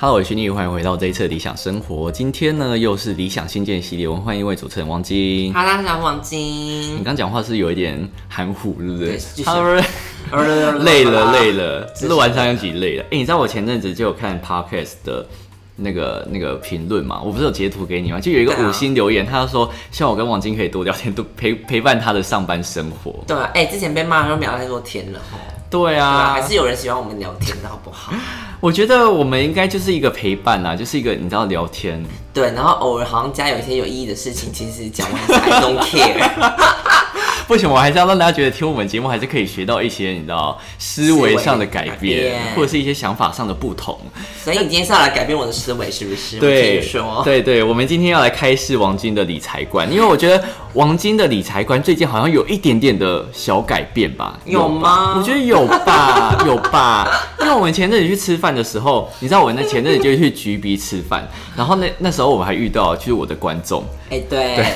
Hello，我是逆，欢迎回到这一次的理想生活。今天呢，又是理想新建系列，我们换一位主持人王晶。好，大家好，王你晶。刚讲话是有一点含糊，对不对对就是？他们累累 了，累了，是录完上一集累了。哎、你知道我前阵子就有看 podcast 的那个那个评论嘛？我不是有截图给你吗？就有一个对啊五星留言，他就说希望我跟王晶可以多聊天，多陪陪伴他的上班生活。对，哎、之前被骂说聊太多天了吼，对啊，啊，还是有人喜欢我们聊天的好不好？我觉得我们应该就是一个陪伴啦，就是一个你知道聊天。对，然后偶尔好像家有一些有意义的事情，其实讲完是 I don't care，不行，我还是要让大家觉得听我们节目还是可以学到一些你知道思维上的改思维改变，变或者是一些想法上的不同。所以你今天是要来改变我的思维是不是？我对，听说，对对，我们今天要来开示王晶的理财观，因为我觉得王晶的理财观最近好像有一点点的小改变吧？有吧吗我觉得有 吧，有吧。因为我们前阵子去吃饭的时候，你知道我那前阵子就去橘鼻吃饭，然后那那时候我们还遇到就是我的观众。哎、对，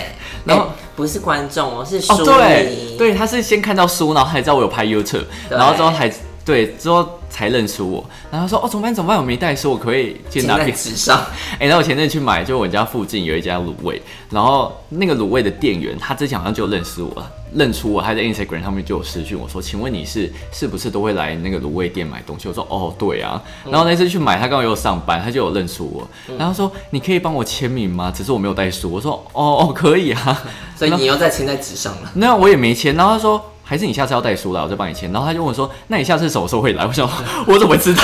然后哎不是观众哦，是哦书，对迷，对，他是先看到书，然后才知道我有拍 YouTube，对然后之后才对之后才认出我，然后他说哦怎么办怎么办，我没带书，我可不可以借请拿在给纸上， 哎、然后我前阵去买，就我家附近有一家卤味，然后那个卤味的店员，他之前好像就认识我了，认出我，他在 Instagram 上面就有私讯我说，请问你是是不是都会来那个卤味店买东西？我说哦，对啊。嗯然后那次去买，他刚好又上班，他就有认出我，然后说你可以帮我签名吗？只是我没有带书。我说哦哦，可以啊。所以你又再签在纸上了。那我也没签，然后他说还是你下次要带书来，我再帮你签。然后他就问我说，那你下次什么时候会来？我想我怎么知道？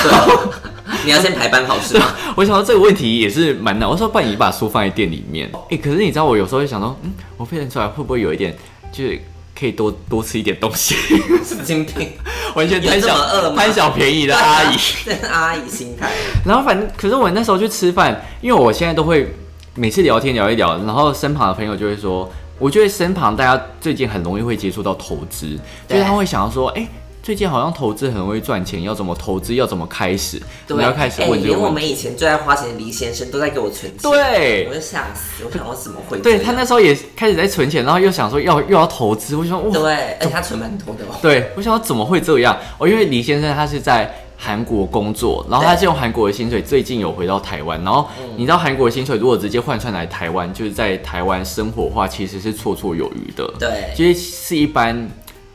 你要先排班好是吗？我想到这个问题也是蛮难。我说，不然你把书放在店里面。哎、可是你知道，我有时候会想到，嗯，我配人出来会不会有一点，就是可以多多吃一点东西， 神经病，完全贪小有这么饿吗贪小便宜的阿姨。这 是阿姨心态。然后反正，可是我那时候去吃饭，因为我现在都会每次聊天聊一聊，然后身旁的朋友就会说，我觉得身旁大家最近很容易会接触到投资，就对是他会想要说，哎、最近好像投资很容易赚钱，要怎么投资，要怎么开始？对，你要开始哎问这个连我问题。们以前最爱花钱的黎先生都在给我存钱，对啊我就吓死，我想我怎么啊会这对样？他那时候也开始在存钱，然后又想说要又要投资，我想哇，对，而且他存蛮多的 哦。对，我想说怎么会这样？哦，因为李先生他是在韩国工作，然后他是用韩国的薪水，最近有回到台湾，然后嗯你知道韩国的薪水如果直接换算来台湾，就是在台湾生活的话，其实是绰绰有余的，对，其实是一般。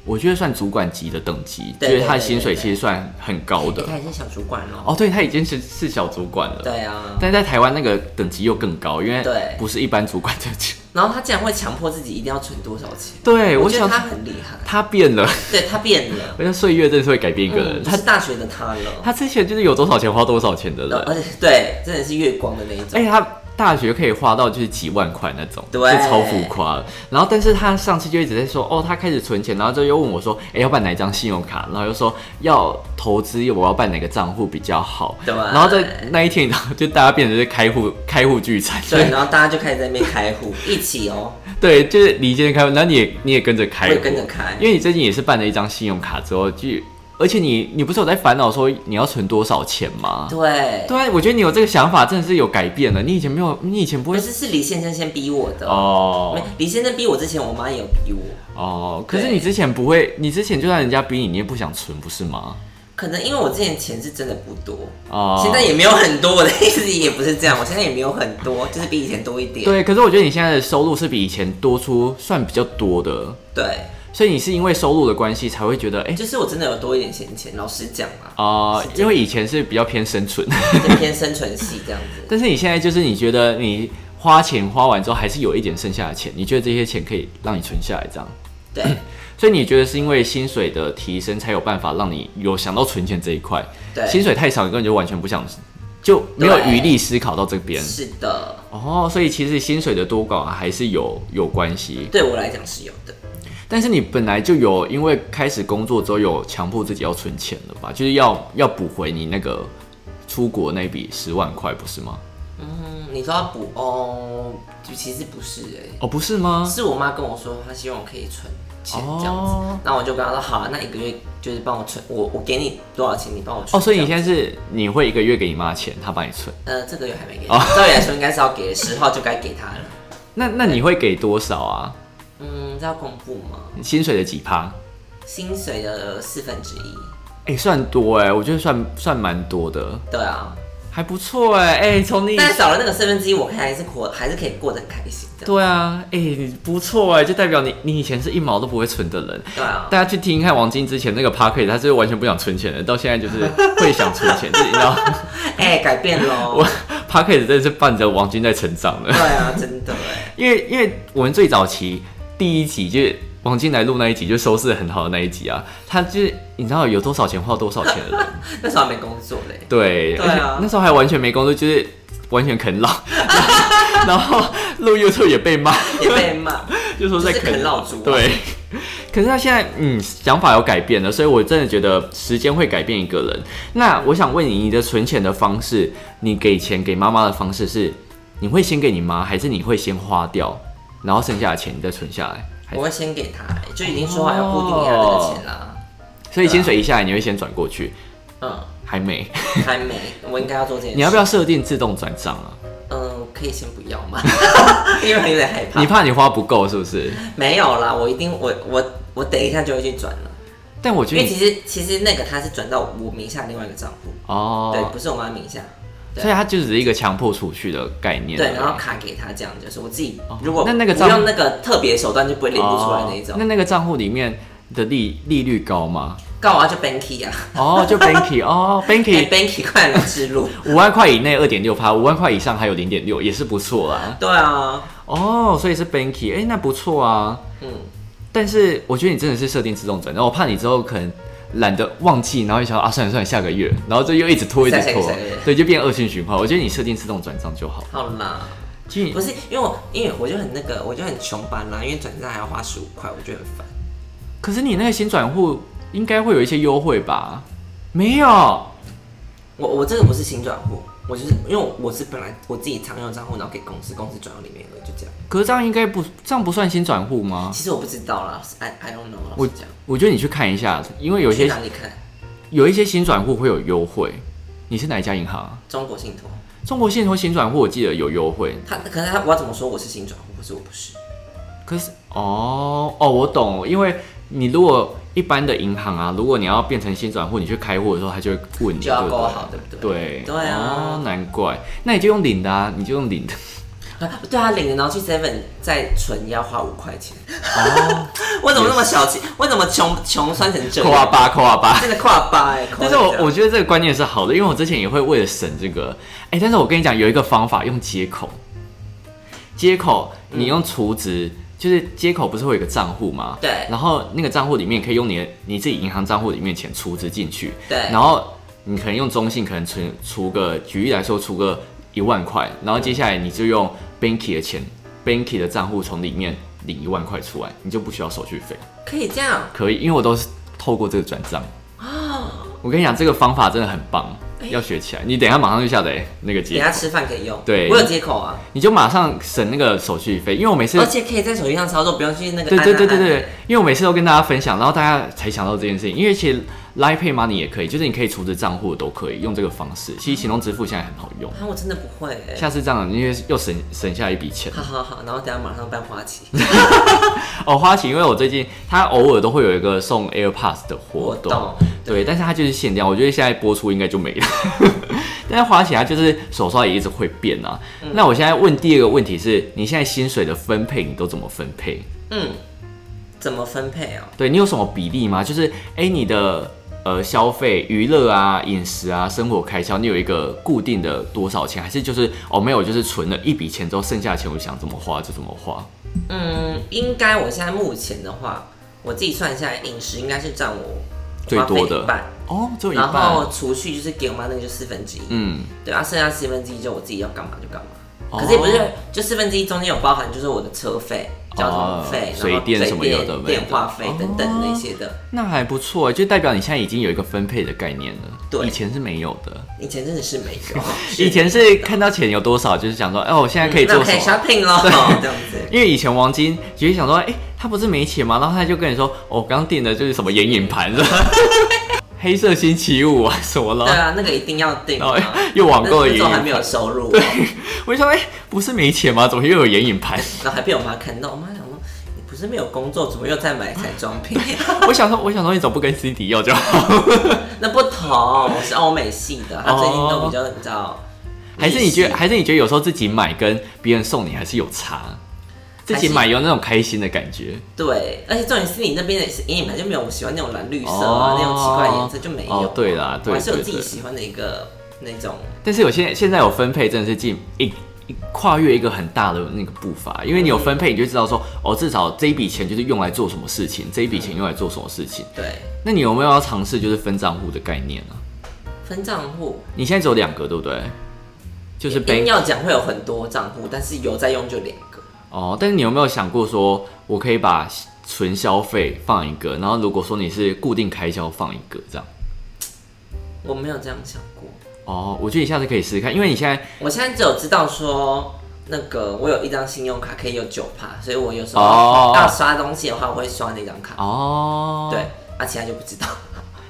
我觉得算主管级的等级，就对是他的对对薪水对对其实算很高的哎。他也是小主管哦。哦，对，他已经是是小主管了，对啊，但在台湾那个等级又更高，因为对不是一般主管等 级。然后他竟然会强迫自己一定要存多少钱，对，我觉想得他很厉害。他变了， 对他变了，我觉得岁月真的是会改变一个人。嗯他是大学的他了，他之前就是有多少钱花多少钱的人，而且对，真的是月光的那一种。而且他大学可以花到就是几万块那种，对就超浮夸了。然后，但是他上次就一直在说，哦，他开始存钱，然后就又问我说，哎、要办哪一张信用卡？然后又说要投资，我要办哪个账户比较好？对然后在那一天，然后就大家变成是开户开户聚餐，对，然后大家就开始在那边开户，一起哦，对，就是离间开户，然后你也你也跟着开我户，也跟着开。因为你最近也是办了一张信用卡之后，就而且你你不是有在烦恼说你要存多少钱吗？对，对啊，我觉得你有这个想法真的是有改变了。你以前没有，你以前不不会是是李先生先逼我的。哦没，李先生逼我之前，我妈也有逼我。哦，可是你之前不会，你之前就算人家逼你，你也不想存，不是吗？可能因为我之前钱是真的不多，哦，现在也没有很多。我的意思也不是这样，我现在也没有很多，就是比以前多一点。对，可是我觉得你现在的收入是比以前多出算比较多的，对，所以你是因为收入的关系才会觉得，哎、就是我真的有多一点闲钱，老实讲啊，啊、是这样因为以前是比较偏生存， 就偏生存系这样子。但是你现在就是你觉得你花钱花完之后还是有一点剩下的钱，你觉得这些钱可以让你存下来，这样，对所以你觉得是因为薪水的提升才有办法让你有想到存钱这一块，薪对，水太少，你根本就完全不想，就没有余力思考到这边。是的，哦，所以其实薪水的多寡还是有有关系，对我来讲是有的。但是你本来就有，因为开始工作之后有强迫自己要存钱了吧，就是要要补回你那个出国那笔十万块，不是吗？嗯，你说要补哦，就其实不是哎、哦，不是吗？是我妈跟我说，她希望我可以存钱这样子。哦那我就跟她说好啊，那一个月就是帮我存，我我给你多少钱，你帮我存。哦，所以你这样现在是你会一个月给你妈钱，她帮你存，呃这个月还没给，哦照理来说应该是要给十号就该给她了。那那你会给多少啊？嗯，这要公布吗？薪水的几趴？薪水的四分之一。欸哎、算多哎、我觉得算算蛮多的。对啊，还不错哎哎，从你但少了那个四分之一，我看还是活，还是可以过得很开心的。对啊，哎、你不错哎、就代表你你以前是一毛都不会存的人。对啊，大家去听看王晶之前那个 p a r k e t 他是完全不想存钱的，到现在就是会想存钱，就是你知道 哎、改变喽我。p a r k e t 真的是伴着王晶在成长的对。啊，真的哎。因为因为我们最早期第一集就是王晶来录那一集，就收视很好的那一集啊，他就是你知道有多少钱花多少钱 的人，那时候还没工作嘞，对，对而啊且那时候还完全没工作，就是完全啃老， 然后录 YouTube 也被骂，也被 骂。就说在就是啃老族啊对。可是他现在嗯想法有改变了，所以我真的觉得时间会改变一个人。那我想问你，你的存钱的方式，你给钱给妈妈的方式是，你会先给你妈，还是你会先花掉，然后剩下的钱你再存下来？还我会先给他、哎就已经说好要固定给他这个钱啦。所以薪水一下来，你会先转过去？嗯，还没？还没，我应该要做这件事。哦你要不要？设定自动转账啊？嗯，可以先不要吗？ 因为有点害怕。你怕你花不够是不是？没有啦，我一定，我我我等一下就会去转了。但我觉因得为你其实其实那个他是转到我名下另外一个账户，对，哦，不是我妈名下，对所以它就只是一个强迫储蓄的概念而已。啊对，然后卡给他这样，就是我自己哦如果那那个不账用那个特别手段就不会领不出来那一哦种。那那个账户里面的利利率高吗？告我要去 Banky 啊哦，就 Banky 哦给，Banky ，Banky 快乐 之路。五万块以内二点六趴，五万块以上还有零点六，也是不错啦。对啊，哦，所以是 Banky，哎、那不错啊。嗯，但是我觉得你真的是设定自动转，然后我怕你之后可能懒得忘记，然后就想说啊，算了算了，下个月，然后就又一直拖一直下个月拖下个月，对，就变恶性循环。我觉得你设定自动转账就好。好啦。其不实是因为我，因为我就很那个，我就很穷班啦，因为转账还要花十五块，我觉得很烦。可是你那个新转户应该会有一些优惠吧？没有，我我这个不是新转户，我就是因为我我是本来我自己常用账户，然后给公司，公司转到里面了，就这样。可是这样应该不这样不算新转户吗？其实我不知道啦，I I don't know 啦。哦我这样，我觉得你去看一下，因为有去些哪里看？有一些新转户会有优惠。你是哪一家银行啊？中国信托，中国信托新转户我记得有优惠，他可是他我要怎么说我是新转户，或是我不是？可是哦哦，我懂，因为你如果一般的银行啊，如果你要变成新转户，你去开户的时候，他就会问你就要对不对勾好对不对对对啊哦，难怪，那你就用领的啊，你就用领的。啊对啊，领了然后去 Seven 再存要花五块钱，哦， 我怎么那么小气？我怎么穷穷酸成 这扣啊样？八，扣啊 八。真的跨八哎！ 但是我我觉得这个观念是好的，因为我之前也会为了省这个，哎、但是我跟你讲，有一个方法用接口，接口你嗯用储值，就是接口不是会有一个账户吗？对然后那个账户里面可以用你的你自己银行账户里面钱储值进去，对然后你可能用中信可能存储个，举例来说储个一万块，然后接下来你就用 Banky 的钱，Banky 的账户从里面领一万块出来，你就不需要手续费。可以这样，可以，因为我都是透过这个转账。我跟你讲，这个方法真的很棒，哎要学起来。你等一下马上就下载那个等一接下口，吃饭可以用。对我有接口啊。你就马上省那个手续费，因为我每次而且可以在手机上操作，不用去那个对按对啊对对按啊对，因为我每次都跟大家分享，然后大家才想到这件事情。因为其实 Line Pay Money 也可以，就是你可以储值账户都可以用这个方式。其实行动支付现在很好用，啊，我真的不会欸、下次这样因为又省省下一笔钱。好好好，然后等下马上办花 旗哦，花旗，因为我最近它偶尔都会有一个送 AirPods 的活动，活动对，但是它就是限量，我觉得现在播出应该就没了。 但是花旗它就是手刷也一直会变啊。那我现在问第二个问题是，你现在薪水的分配你都怎么分配？嗯，怎么分配哦？对你有什么比例吗？就是哎、你的呃消费、娱乐啊、饮食啊、生活开销，你有一个固定的多少钱，还是就是哦没有，就是存了一笔钱之后，剩下的钱我想怎么花就怎么花？嗯，应该我现在目前的话，我自己算下来，饮食应该是占我最花费多的一半，哦，只有一然半后。储蓄就是给我妈那个就四分之一，嗯，对啊，剩下四分之一就我自己要干嘛就干嘛。哦可是也不是，就四分之一中间有包含，就是我的车费、交通费、然后水哦电什么有的没的哦电话费等等那些的。那还不错，欸就代表你现在已经有一个分配的概念了。对以前是没有的。以前真的是没有， 嗯以前是看到钱有多少，就是想说，哎、我现在可以那做我可什以么？ shopping 咯，这样子。因为以前王晶只是想说，哎、他不是没钱吗？然后他就跟你说，哦我刚订的就是什么眼影盘，是 吧黑色星期五啊什么对了，啊，那个一定要定然后啊。哦又网购的那眼时影候还没盘。有收入哦，我就想，哎、不是没钱吗？怎么又有眼影盘？ 然后还被我妈看到，我妈想说。你不是没有工作，怎么又在买彩妆 品？我想说，我想说，你怎么不跟 Cindy 要就好？那不同，我是欧美系的，她最近都比较你知道哦还是你觉也得是还是你觉得有时候自己买跟别人送你还是有差，自己买有那种开心的感觉。对，而且重点是你那边的阴影本来就没有我喜欢那种蓝绿色啊，哦那种奇怪的颜色就没有。哦对啦对我还是有对自己对喜欢的一个那种。但是有些现在有分配，真的是进一一跨越一个很大的那个步伐，因为你有分配，你就知道说，哦，至少这一笔钱就是用来做什么事情，这一笔钱用来做什么事情。对，那你有没有要尝试就是分账户的概念呢、分账户，你现在只有两个，对不对？就是硬 bank 要讲会有很多账户，但是有在用就两个。哦，但是你有没有想过说，我可以把纯消费放一个，然后如果说你是固定开销放一个这样？我没有这样想过，哦，我觉得你下次可以试试看，因为你现在我现在只有知道说。那个，我有一张信用卡可以有九趴，所以我有时哦候要刷东西的话，我会刷那张卡。哦，对，啊，其他就不知道。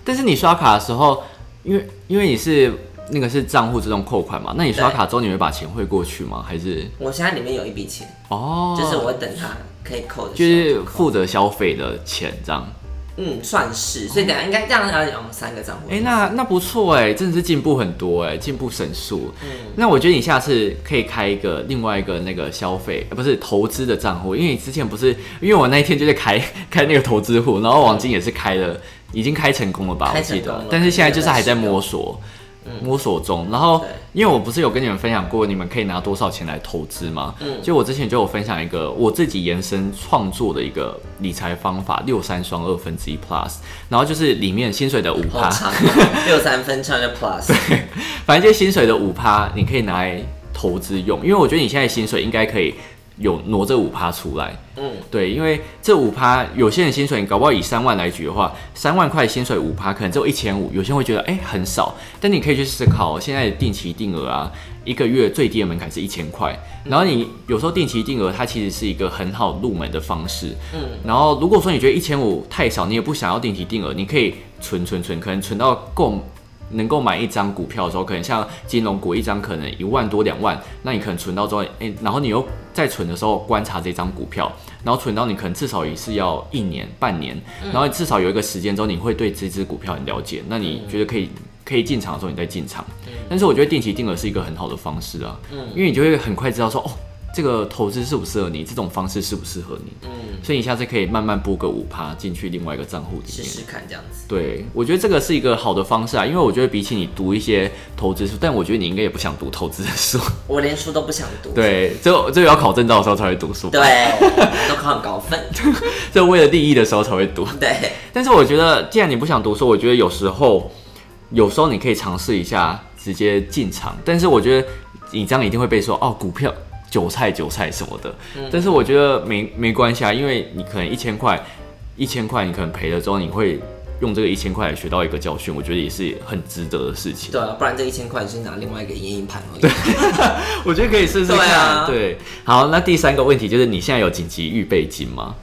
但是你刷卡的时候，因为因为你是那个是账户自动扣款嘛，那你刷卡之后你会把钱汇过去吗？还是我现在里面有一笔钱，哦，就是我会等它可以扣的时候，就是负责消费的钱这样。嗯，算是，所以等一下应该这样要有三个账户。哎、那那不错哎，真的是进步很多哎，进步神速。嗯那我觉得你下次可以开一个另外一个那个消费，呃不是投资的账户，因为你之前不是，因为我那一天就是开 开那个投资户，然后王晶也是开了，已经开成功了吧？我开成记功了得，但是现在就是还在摸索，摸索中。然后嗯对因为我不是有跟你们分享过，你们可以拿多少钱来投资吗？嗯就我之前就有分享一个我自己延伸创作的一个理财方法，六三双二分之一 plus，然后就是里面薪水的五好趴，长哦， 六三分唱的 plus，反正就是薪水的五趴，你可以拿来投资用，因为我觉得你现在薪水应该可以有挪这五趴出来。嗯，对，因为这五趴，有些人薪水你搞不好以三万来举的话，三万块薪水五趴可能只有一千五，有些人会觉得哎、很少，但你可以去思考现在的定期定额啊，一个月最低的门槛是一千块，然后你有时候定期定额它其实是一个很好入门的方式，嗯，然后如果说你觉得一千五太少，你也不想要定期定额，你可以存存存，可能存到够。能够买一张股票的时候，可能像金融股一张可能一万多两万，那你可能存到之后，哎、然后你又在存的时候观察这张股票，然后存到你可能至少也是要一年半年，然后至少有一个时间之后，你会对这只股票很了解，那你觉得可以可以进场的时候，你再进场。但是我觉得定期定额是一个很好的方式啊，因为你就会很快知道说哦。这个投资适不适合你，这种方式适不适合你，所以你下次可以慢慢拨个五趴进去另外一个账户里试面。试看这样子。对，我觉得这个是一个好的方式啊，因为我觉得比起你读一些投资书，但我觉得你应该也不想读投资的书。 我连书都不想读，对，只有只有要考证照的时候才会读书，对，都考很高分，只有为了利益的时候才会读。对，但是我觉得，既然你不想读书，我觉得有时候，有时候你可以尝试一下直接进场，但是我觉得你这样一定会被说哦，股票。韭菜、韭菜什么的，但是我觉得没没关系啊，因为你可能一千块，一千块你可能赔了之后，你会用这个一千块来学到一个教训，我觉得也是很值得的事情。对啊，不然这一千块是拿另外一个阴影盘而已。 我觉得可以试试看。对啊对好，那第三个问题就是你现在有紧急预备金吗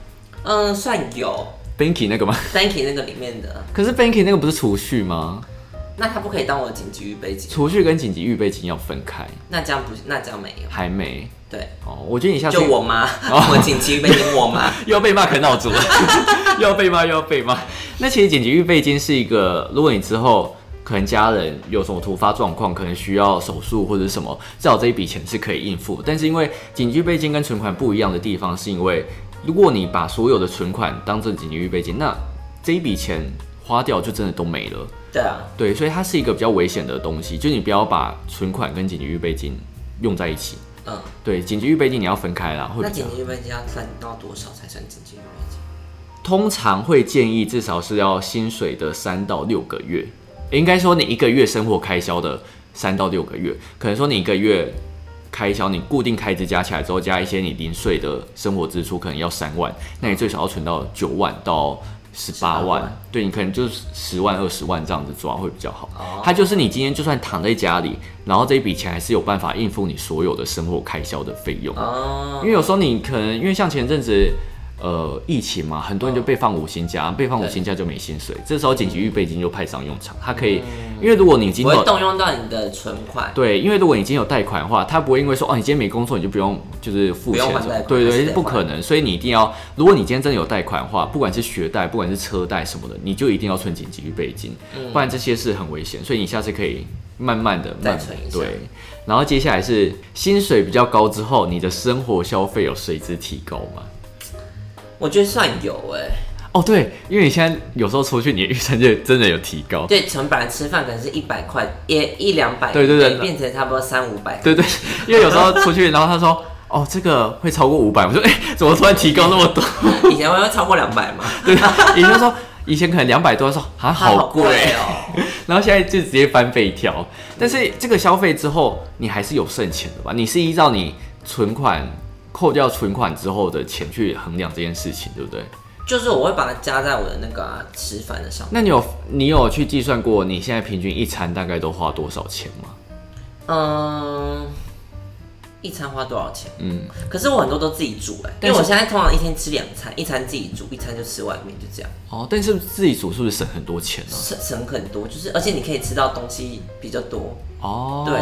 嗯，算有？Banky 那个吗？ Thanky 那个里面的，可是 Banky 那个不是储蓄吗？那它不可以当我的紧急预备金，储蓄跟紧急预备金要分开，那这样不，那这样没有，还没对，哦。我觉得你下次就我妈，我紧急预备金我妈，又要被骂啃脑族了， 又要被骂又要被骂。那其实紧急预备金是一个，如果你之后可能家人有什么突发状况，可能需要手术或者是什么，至少这一笔钱是可以应付。但是因为紧急预备金跟存款不一样的地方，是因为如果你把所有的存款当成紧急预备金，那这一笔钱花掉就真的都没了。对啊，对，所以它是一个比较危险的东西，就你不要把存款跟紧急预备金用在一起。嗯，对，紧急预备金你要分开啦，会那比较紧。急预备金要算到多少才算紧急预备金？通常会建议至少是要薪水的三到六个月，应该说你一个月生活开销的三到六个月，可能说你一个月开销，你固定开支加起来之后，加一些你零碎的生活支出，可能要三万，那你最少要存到九万到十八18万万，对你可能就是十万二十万这样子抓会比较好。哦它就是你今天就算躺在家里，然后这一笔钱还是有办法应付你所有的生活开销的费用。哦因，为有时候你可能因为像前阵子，呃，疫情嘛，很多人就被放五薪假，被放五薪假就没薪水，这时候紧急预备金就派上用场，它可以，因为如果你今嗯不天有会动用到你的存款，对，因为如果你今天有贷款的话，它不会因为说哦，你今天没工作，你就不用就是付不钱用什还贷么，款对对，还是是得不还可能。所以你一定要，如果你今天真的有贷款的话，不管是学贷，不管是车贷什么的，你就一定要存紧急预备金，不然这些是很危险。所以你下次可以慢慢的，嗯再慢存一下对。然后接下来是薪水比较高之后，你的生活消费有随之提高吗？我觉得算有哎、哦，对，因为你现在有时候出去，你的预算就真的有提高。对，成本来吃饭可能是一百块，一一两百，对对对变成差不多三五百。对对，因为有时候出去，然后他说：“哦，这个会超过五百。”我说：“哎、怎么突然提高那么多以前会超过两百嘛，？”对，啊以前说以前可能两百多，他说 啊 好贵哦，哦。然后现在就直接翻倍跳。但是这个消费之后，你还是有剩钱的吧？你是依照你存款扣掉存款之后的钱去衡量这件事情，对不对？就是我会把它加在我的那个、啊、吃饭的上面。那你有你有去计算过你现在平均一餐大概都花多少钱吗？嗯，一餐花多少钱？嗯，可是我很多都自己煮哎、但是因为我现在通常一天吃两餐，一餐自己煮，一餐就吃外面，就这样哦，但是自己煮是不是省很多钱呢、省省很多。就是而且你可以吃到东西比较多，哦，对，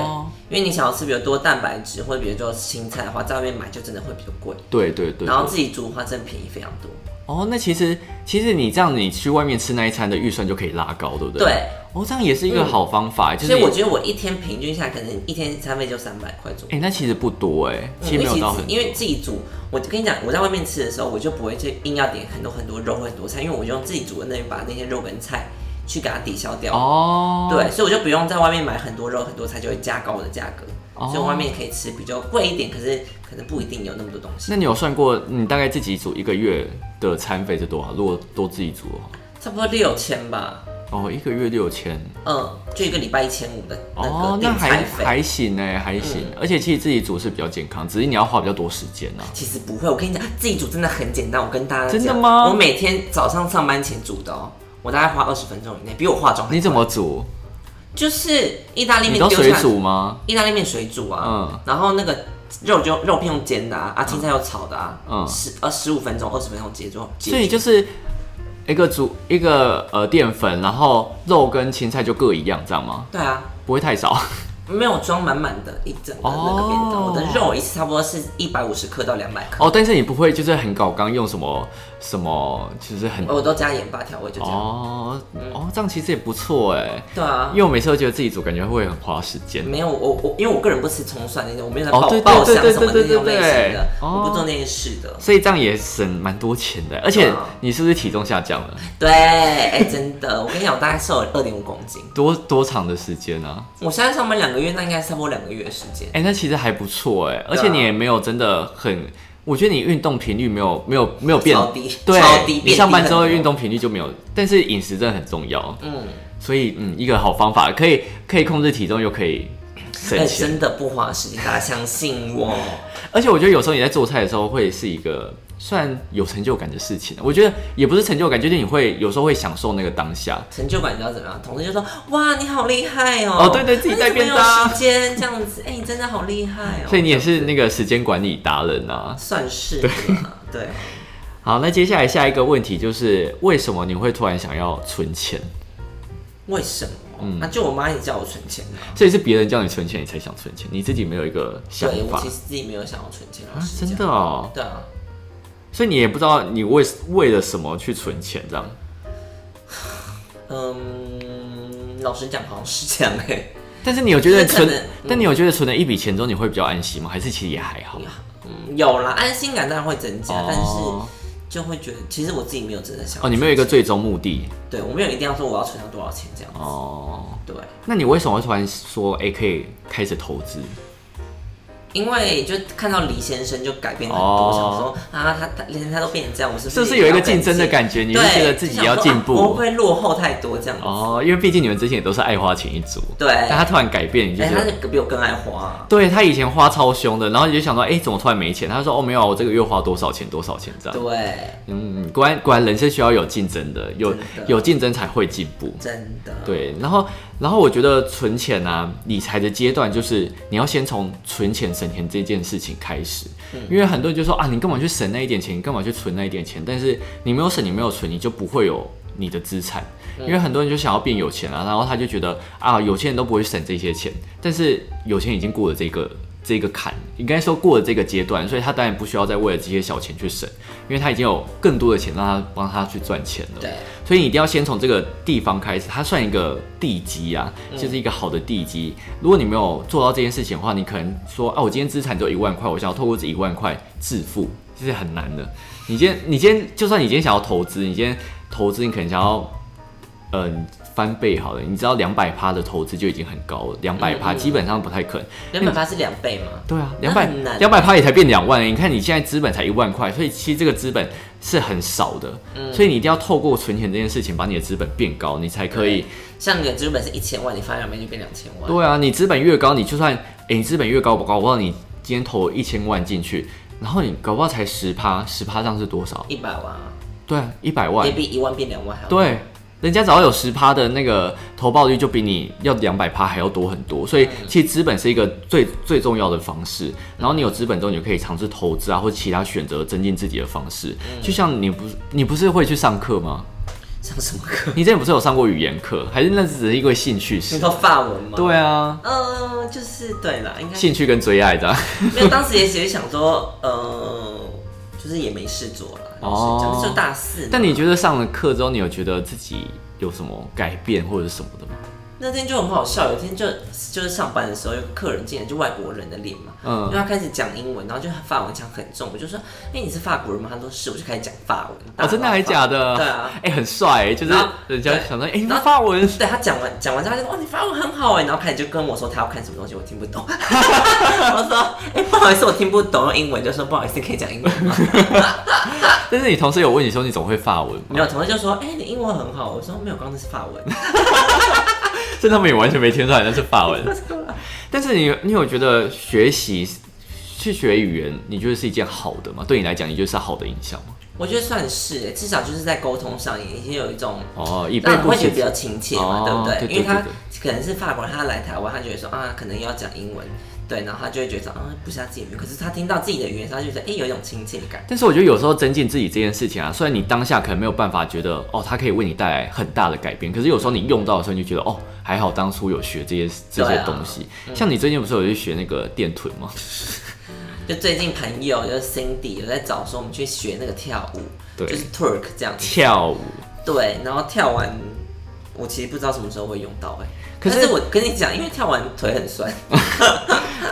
因为你想要吃比较多蛋白质或者比如说青菜的话，在外面买就真的会比较贵，对对对对然后自己煮的话真的便宜非常多。哦，那其实其实你这样，你去外面吃那一餐的预算就可以拉高，对不对？。对，嗯哦，这样也是一个好方法，就所是以我觉得我一天平均下来可能一天餐费就三百块左右。哎、那其实不多哎、其实嗯因没为有其实到很多因为自己煮，我跟你讲，我在外面吃的时候，我就不会去硬要点很多很多肉很多菜，因为我就用自己煮的那把那些肉跟菜去给它抵消掉。哦，对，所以我就不用在外面买很多肉很多菜，就会加高我的价格。哦所以我外面可以吃比较贵一点，可是可能不一定有那么多东西那。你有算过你大概自己煮一个月的餐费是多少？如果都自己煮的话，差不多六千吧，哦，一个月六千。嗯，就一个礼拜一千五的那哦个，那订还菜费。嗯还行哎、还行、而且其实自己煮是比较健康，只是你要花比较多时间啊。其实不会，我跟你讲，自己煮真的很简单。我跟大家讲真的吗我每天早上上班前煮的哦，我大概花二十分钟以内，比我化妆还你怎快么煮？就是意大利你面都丢水下来，煮吗？意大利面水煮啊嗯，然后那个肉就肉片用煎的啊，啊青菜又炒的啊，嗯十呃十五分钟二十分钟结束，所以结束就是一个煮一个呃淀粉，然后肉跟青菜就各一样，这样吗？对啊，不会太少。 没有装满满的一整个那个便当，哦我的肉一次差不多是一百五十克到两百克，哦，但是你不会就是很搞刚用什么什么，就是很我都加盐巴调味就这样，哦哦，这样其实也不错哎，对啊因。为我每次都觉得自己煮感觉会很花时间。没有我我，因为我个人不吃葱蒜那种，我没有在哦爆对对爆对香对什么的对那种类对哦型的，对我不做那些事的。所以这样也省蛮多钱的，而对且啊你是不是体重下降了？对，哎， 真的，我跟你讲，我大概瘦了二点五公斤。多多长的时间啊？我现在上班两个月，那应该差不多两个月的时间。哎、那其实还不错啊哎，而且你也没有真的很，我觉得你运动频率没有没有没有变超低对超低，你变上低班很之后多运动频率就没有，但是饮食真的很重要，嗯，所以嗯，一个好方法可以可以控制体重又可以省哎，钱，真的不花时间，大家相信 我。而且我觉得有时候你在做菜的时候会是一个。算有成就感的事情，啊我觉得也不是成就感，就是你会有时候会享受那个当下。成就感你知道怎么样？同事就说：“哇，你好厉害哦！”哦对对自己那你带便怎么有当时间这样子，哎、你真的好厉害哦！所以你也是那个时间管理达人啊。算是吧，对。好，那接下来下一个问题就是，为什么你会突然想要存钱？为什么？嗯那、就我妈也叫我存钱嘛。所以是别人叫你存钱，你才想存钱，你自己没有一个想对，我法其实自己没有想要存钱，老啊师、？真的？哦，对啊，所以你也不知道你为为了什么去存钱这样。嗯，老实讲，好像是这样哎、但是你有觉得就是可存能，嗯但你有觉得存了一笔钱之后你会比较安心吗？还是其实也还好？嗯，有啦，安心感当然会增加，啊但哦是就会觉得，其实我自己没有真的想要哦，你没有一个最终目的对我没有一定要说我要存到多少钱这样子。哦。对，那你为什么会突然说，哎、可以开始投资？因为就看到李先生就改变很多，哦想说啊，他他连他都变成这样，我是不是不是也有一个要改竞争的进感觉？你是对觉得自己就想要说进啊步我会不会落后太多这样子？哦，因为毕竟你们之前也都是爱花钱一族，对但他突然改变，你就哎、觉他得。是比我更爱花啊、对他以前花超凶的，然后你就想说，哎、怎么突然没钱？他说，哦，没有啊，我这个月花多少钱，多少钱这样。对，嗯，果然果然人生需要有竞争的，有真的有竞争才会进步。真的，对，然后然后我觉得存钱啊，理财的阶段就是你要先从存钱省钱这件事情开始，因为很多人就说啊，你干嘛去省那一点钱，你干嘛去存那一点钱？但是你没有省，你没有存，你就不会有你的资产。因为很多人就想要变有钱啊，然后他就觉得啊，有钱人都不会省这些钱，但是有钱已经过了这个这个坎，应该说过了这个阶段，所以他当然不需要再为了这些小钱去省，因为他已经有更多的钱让他帮他去赚钱了。对，所以你一定要先从这个地方开始，它算一个地基啊，嗯就是一个好的地基。如果你没有做到这件事情的话，你可能说啊，我今天资产只有一万块，我想要透过这一万块致富，这是很难的。你今天，你今天，就算你今天想要投资，你今天投资，你可能想要，嗯、翻倍好了，你知道两百趴的投资就已经很高了，两百趴嗯嗯基本上不太可能。两百八是两倍吗？对啊，那两百很难两百趴也才变两万，你看你现在资本才一万块，所以其实这个资本是很少的，嗯所以你一定要透过存钱这件事情把你的资本变高，你才可以。像你的资本是一千万，你翻两倍就变两千万。对啊，你资本越高，你就算诶，你资本越高不高，我告诉你，今天投一千万进去，然后你搞不好才十趴，十趴上是多少？一百万啊，对啊，一百万也。比一万变两万还要。对，人家只要有十趴的那个投报率，就比你要两百趴还要多很多。所嗯以其实资本是一个最最重要的方式。然后你有资本之后，你就可以尝试投资啊，或者其他选择增进自己的方式。嗯就像你不是你不是会去上课吗？上什么课？你之前不是有上过语言课，还是那只是一个兴趣你是？说法文吗？对啊，嗯，就是对啦，应该兴趣跟最爱的啊、没有。当时也只是想说，呃，就是也没事做了，哦老实讲就大四嘛。但你觉得上了课之后，你有觉得自己有什么改变或者是什么的吗？那天就很好笑，有一天就就是上班的时候，有个客人进来，就外国人的脸嘛，嗯因为他开始讲英文，然后就法文讲很重，我就说，哎、你是法国人吗？他说是，我就开始讲法哦，文。真的还假的？的？对啊哎、很帅、欸，就是然后人家对想到，哎、你然后发文对他讲完讲完之后，他就说哇，你法文很好哎，然后开始就跟我说他要看什么东西，我听不懂。 我说，哎、不好意思，我听不懂，用英文就说不好意思，可以讲英文吗？但是你同事有问你说你怎么会法文吗？ 没有，同事就说，哎、你英文很好。我说没有，刚刚那是法文。这他们也完全没听出来那是法 文。但是你你有觉得学习去学语言，你觉得是一件好的吗？对你来讲，你觉得是好的影响吗？我觉得算是哎，至少就是在沟通上也也有一种哦，以备让人不会觉时得比之较亲切嘛，哦对不对？对对因为他对可能是法国人，他来台湾，他觉得说啊，可能要讲英文，对，然后他就会觉得啊，不是他自己的语言，可是他听到自己的语言，他就觉得哎、有一种亲切感。但是我觉得有时候增进自己这件事情啊，虽然你当下可能没有办法觉得哦，它可以为你带来很大的改变，可是有时候你用到的时候，你就觉得哦，还好当初有学这些这些对啊东西。像你最近不是有去学那个电臀吗？就最近朋友就是 Cindy 有在找说我们去学那个跳舞，对就是 Turk 这样子，跳舞，对，然后跳完。我其实不知道什么时候会用到哎、可是但我跟你讲，因为跳完腿很酸，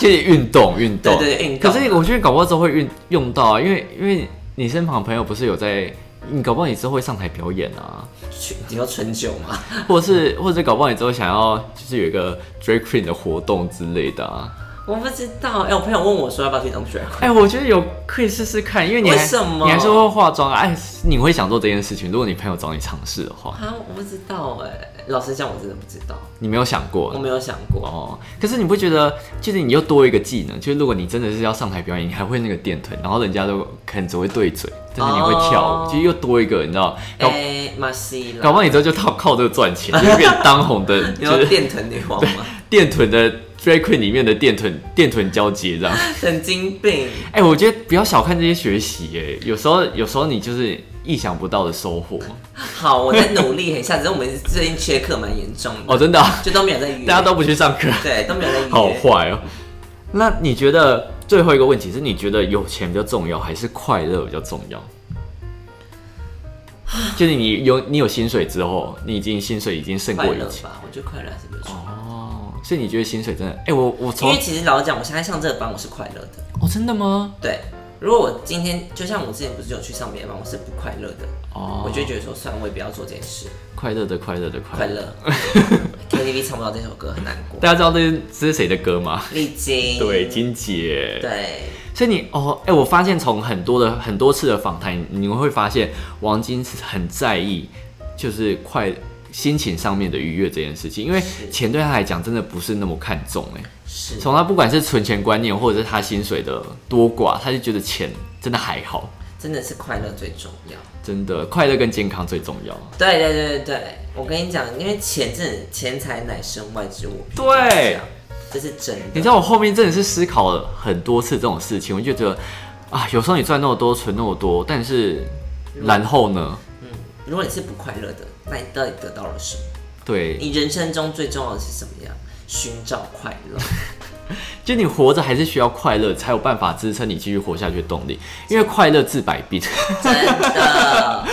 就是运动运动。对对对运可动是我觉得搞不好之后会运用到啊，因为因为你身旁的朋友不是有在，你搞不好你之后会上台表演啊，春你说春酒嘛，或者是或者搞不好你之后想要就是有一个 drag queen 的活动之类的啊。我不知道哎、我朋友问我说要不要去当啊 drag 哎、我觉得有可以试试看，因为你还为什么你还是会化妆啊，哎，你会想做这件事情。如果你朋友找你尝试的话，啊，我不知道哎、老实讲，我真的不知道，你没有想我过。没有想过。哦，可是你不觉得，就是你又多一个技能，就是如果你真的是要上台表演，你还会那个电臀，然后人家都可能只会对嘴，但是你会跳舞，哦就又多一个，你知道，搞、哎，马西搞啦，不好你之后就靠靠这个赚钱，就变当红 的，就你说是电臀女王吗？电臀的 drag queen 里面的电臀电臀交接这样。神经病！哎、我觉得不要小看这些学习，哎，有时候有时候你就是意想不到的收获。好，我在努力一下，只是我们最近缺课蛮严重的，哦，真的啊、就都没有在约，大家都不去上课，对都没有在约。好坏哦。那你觉得最后一个问题是，你觉得有钱比较重要，还是快乐比较重 要？就是你有你有薪水之后，你已经薪水已经胜快过一乐切吧，我觉得快乐还是不错。哦，所以你觉得薪水真的？哎、我我因从为其实老实讲，我现在上这个班我是快乐的。哦，真的吗？对，如果我今天就像我之前不是有去上别的班，我是不快乐的，哦，我就觉得说，算了，我也不要做这件事，快乐的快乐的快快乐。 乐。KTV 唱不到这首歌很难过，大家知道这是这是谁的歌吗？丽晶，对，金姐。对，所以你哦，哎、我发现从很多的很多次的访谈，你们会发现王晶是很在意，就是快心情上面的愉悦这件事情，因为是钱对他来讲真的不是那么看重哎、是。从他不管是存钱观念，或者是他薪水的多寡，他就觉得钱真的还好，真的是快乐最重要。真的快乐跟健康最重要。对对对对对，我跟你讲，因为钱真的钱财乃身外之物，对，这是真你的。知道我后面真的是思考了很多次这种事情，我就觉得啊，有时候你赚那么多，存那么多，但是然后呢？如果你是不快乐的，那你到底得到了什么？对，你人生中最重要的是什么样？寻找快乐。就你活着还是需要快乐，才有办法支撑你继续活下去的动力。因为快乐治百病， 真的。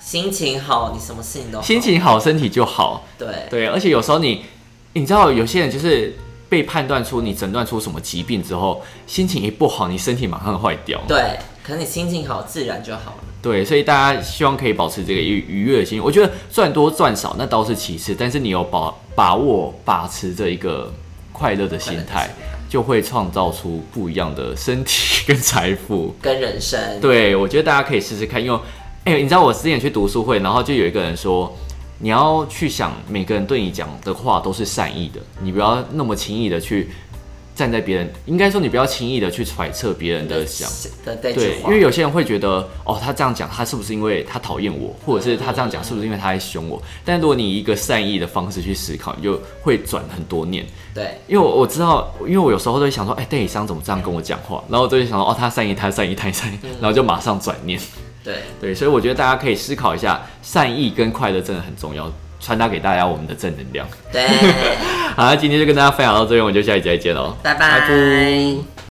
心情好，你什么事情都好心情好，身体就好。对，对，而且有时候你，你知道有些人就是被判断出你诊断出什么疾病之后，心情一不好，你身体马上坏掉。对，可能你心情好，自然就好了。对，所以大家希望可以保持这个愉愉悦的心。我觉得赚多赚少那倒是其次，但是你有把把握把持这一个快乐的心快乐的态心，就会创造出不一样的身体跟财富。跟人生，对，我觉得大家可以试试看，因为哎、你知道我之前去读书会，然后就有一个人说。你要去想，每个人对你讲的话都是善意的，你不要那么轻易的去站在别人，应该说你不要轻易的去揣测别人的想的对对，句因话为有些人会觉得，哦，他这样讲，他是不是因为他讨厌我，或者是他这样讲，是不是因为他在凶我？但如果你以一个善意的方式去思考，你就会转很多念。对因为我我知道，因为我有时候都会想说，哎、代理商怎么这样跟我讲话？然后我就会想说，哦，他善意，他善意，他善意，然后就马上转念。对，对，所以我觉得大家可以思考一下，善意跟快乐真的很重要，传达给大家我们的正能量。对，好，那今天就跟大家分享到这边，我们就下一集再见喽，拜拜。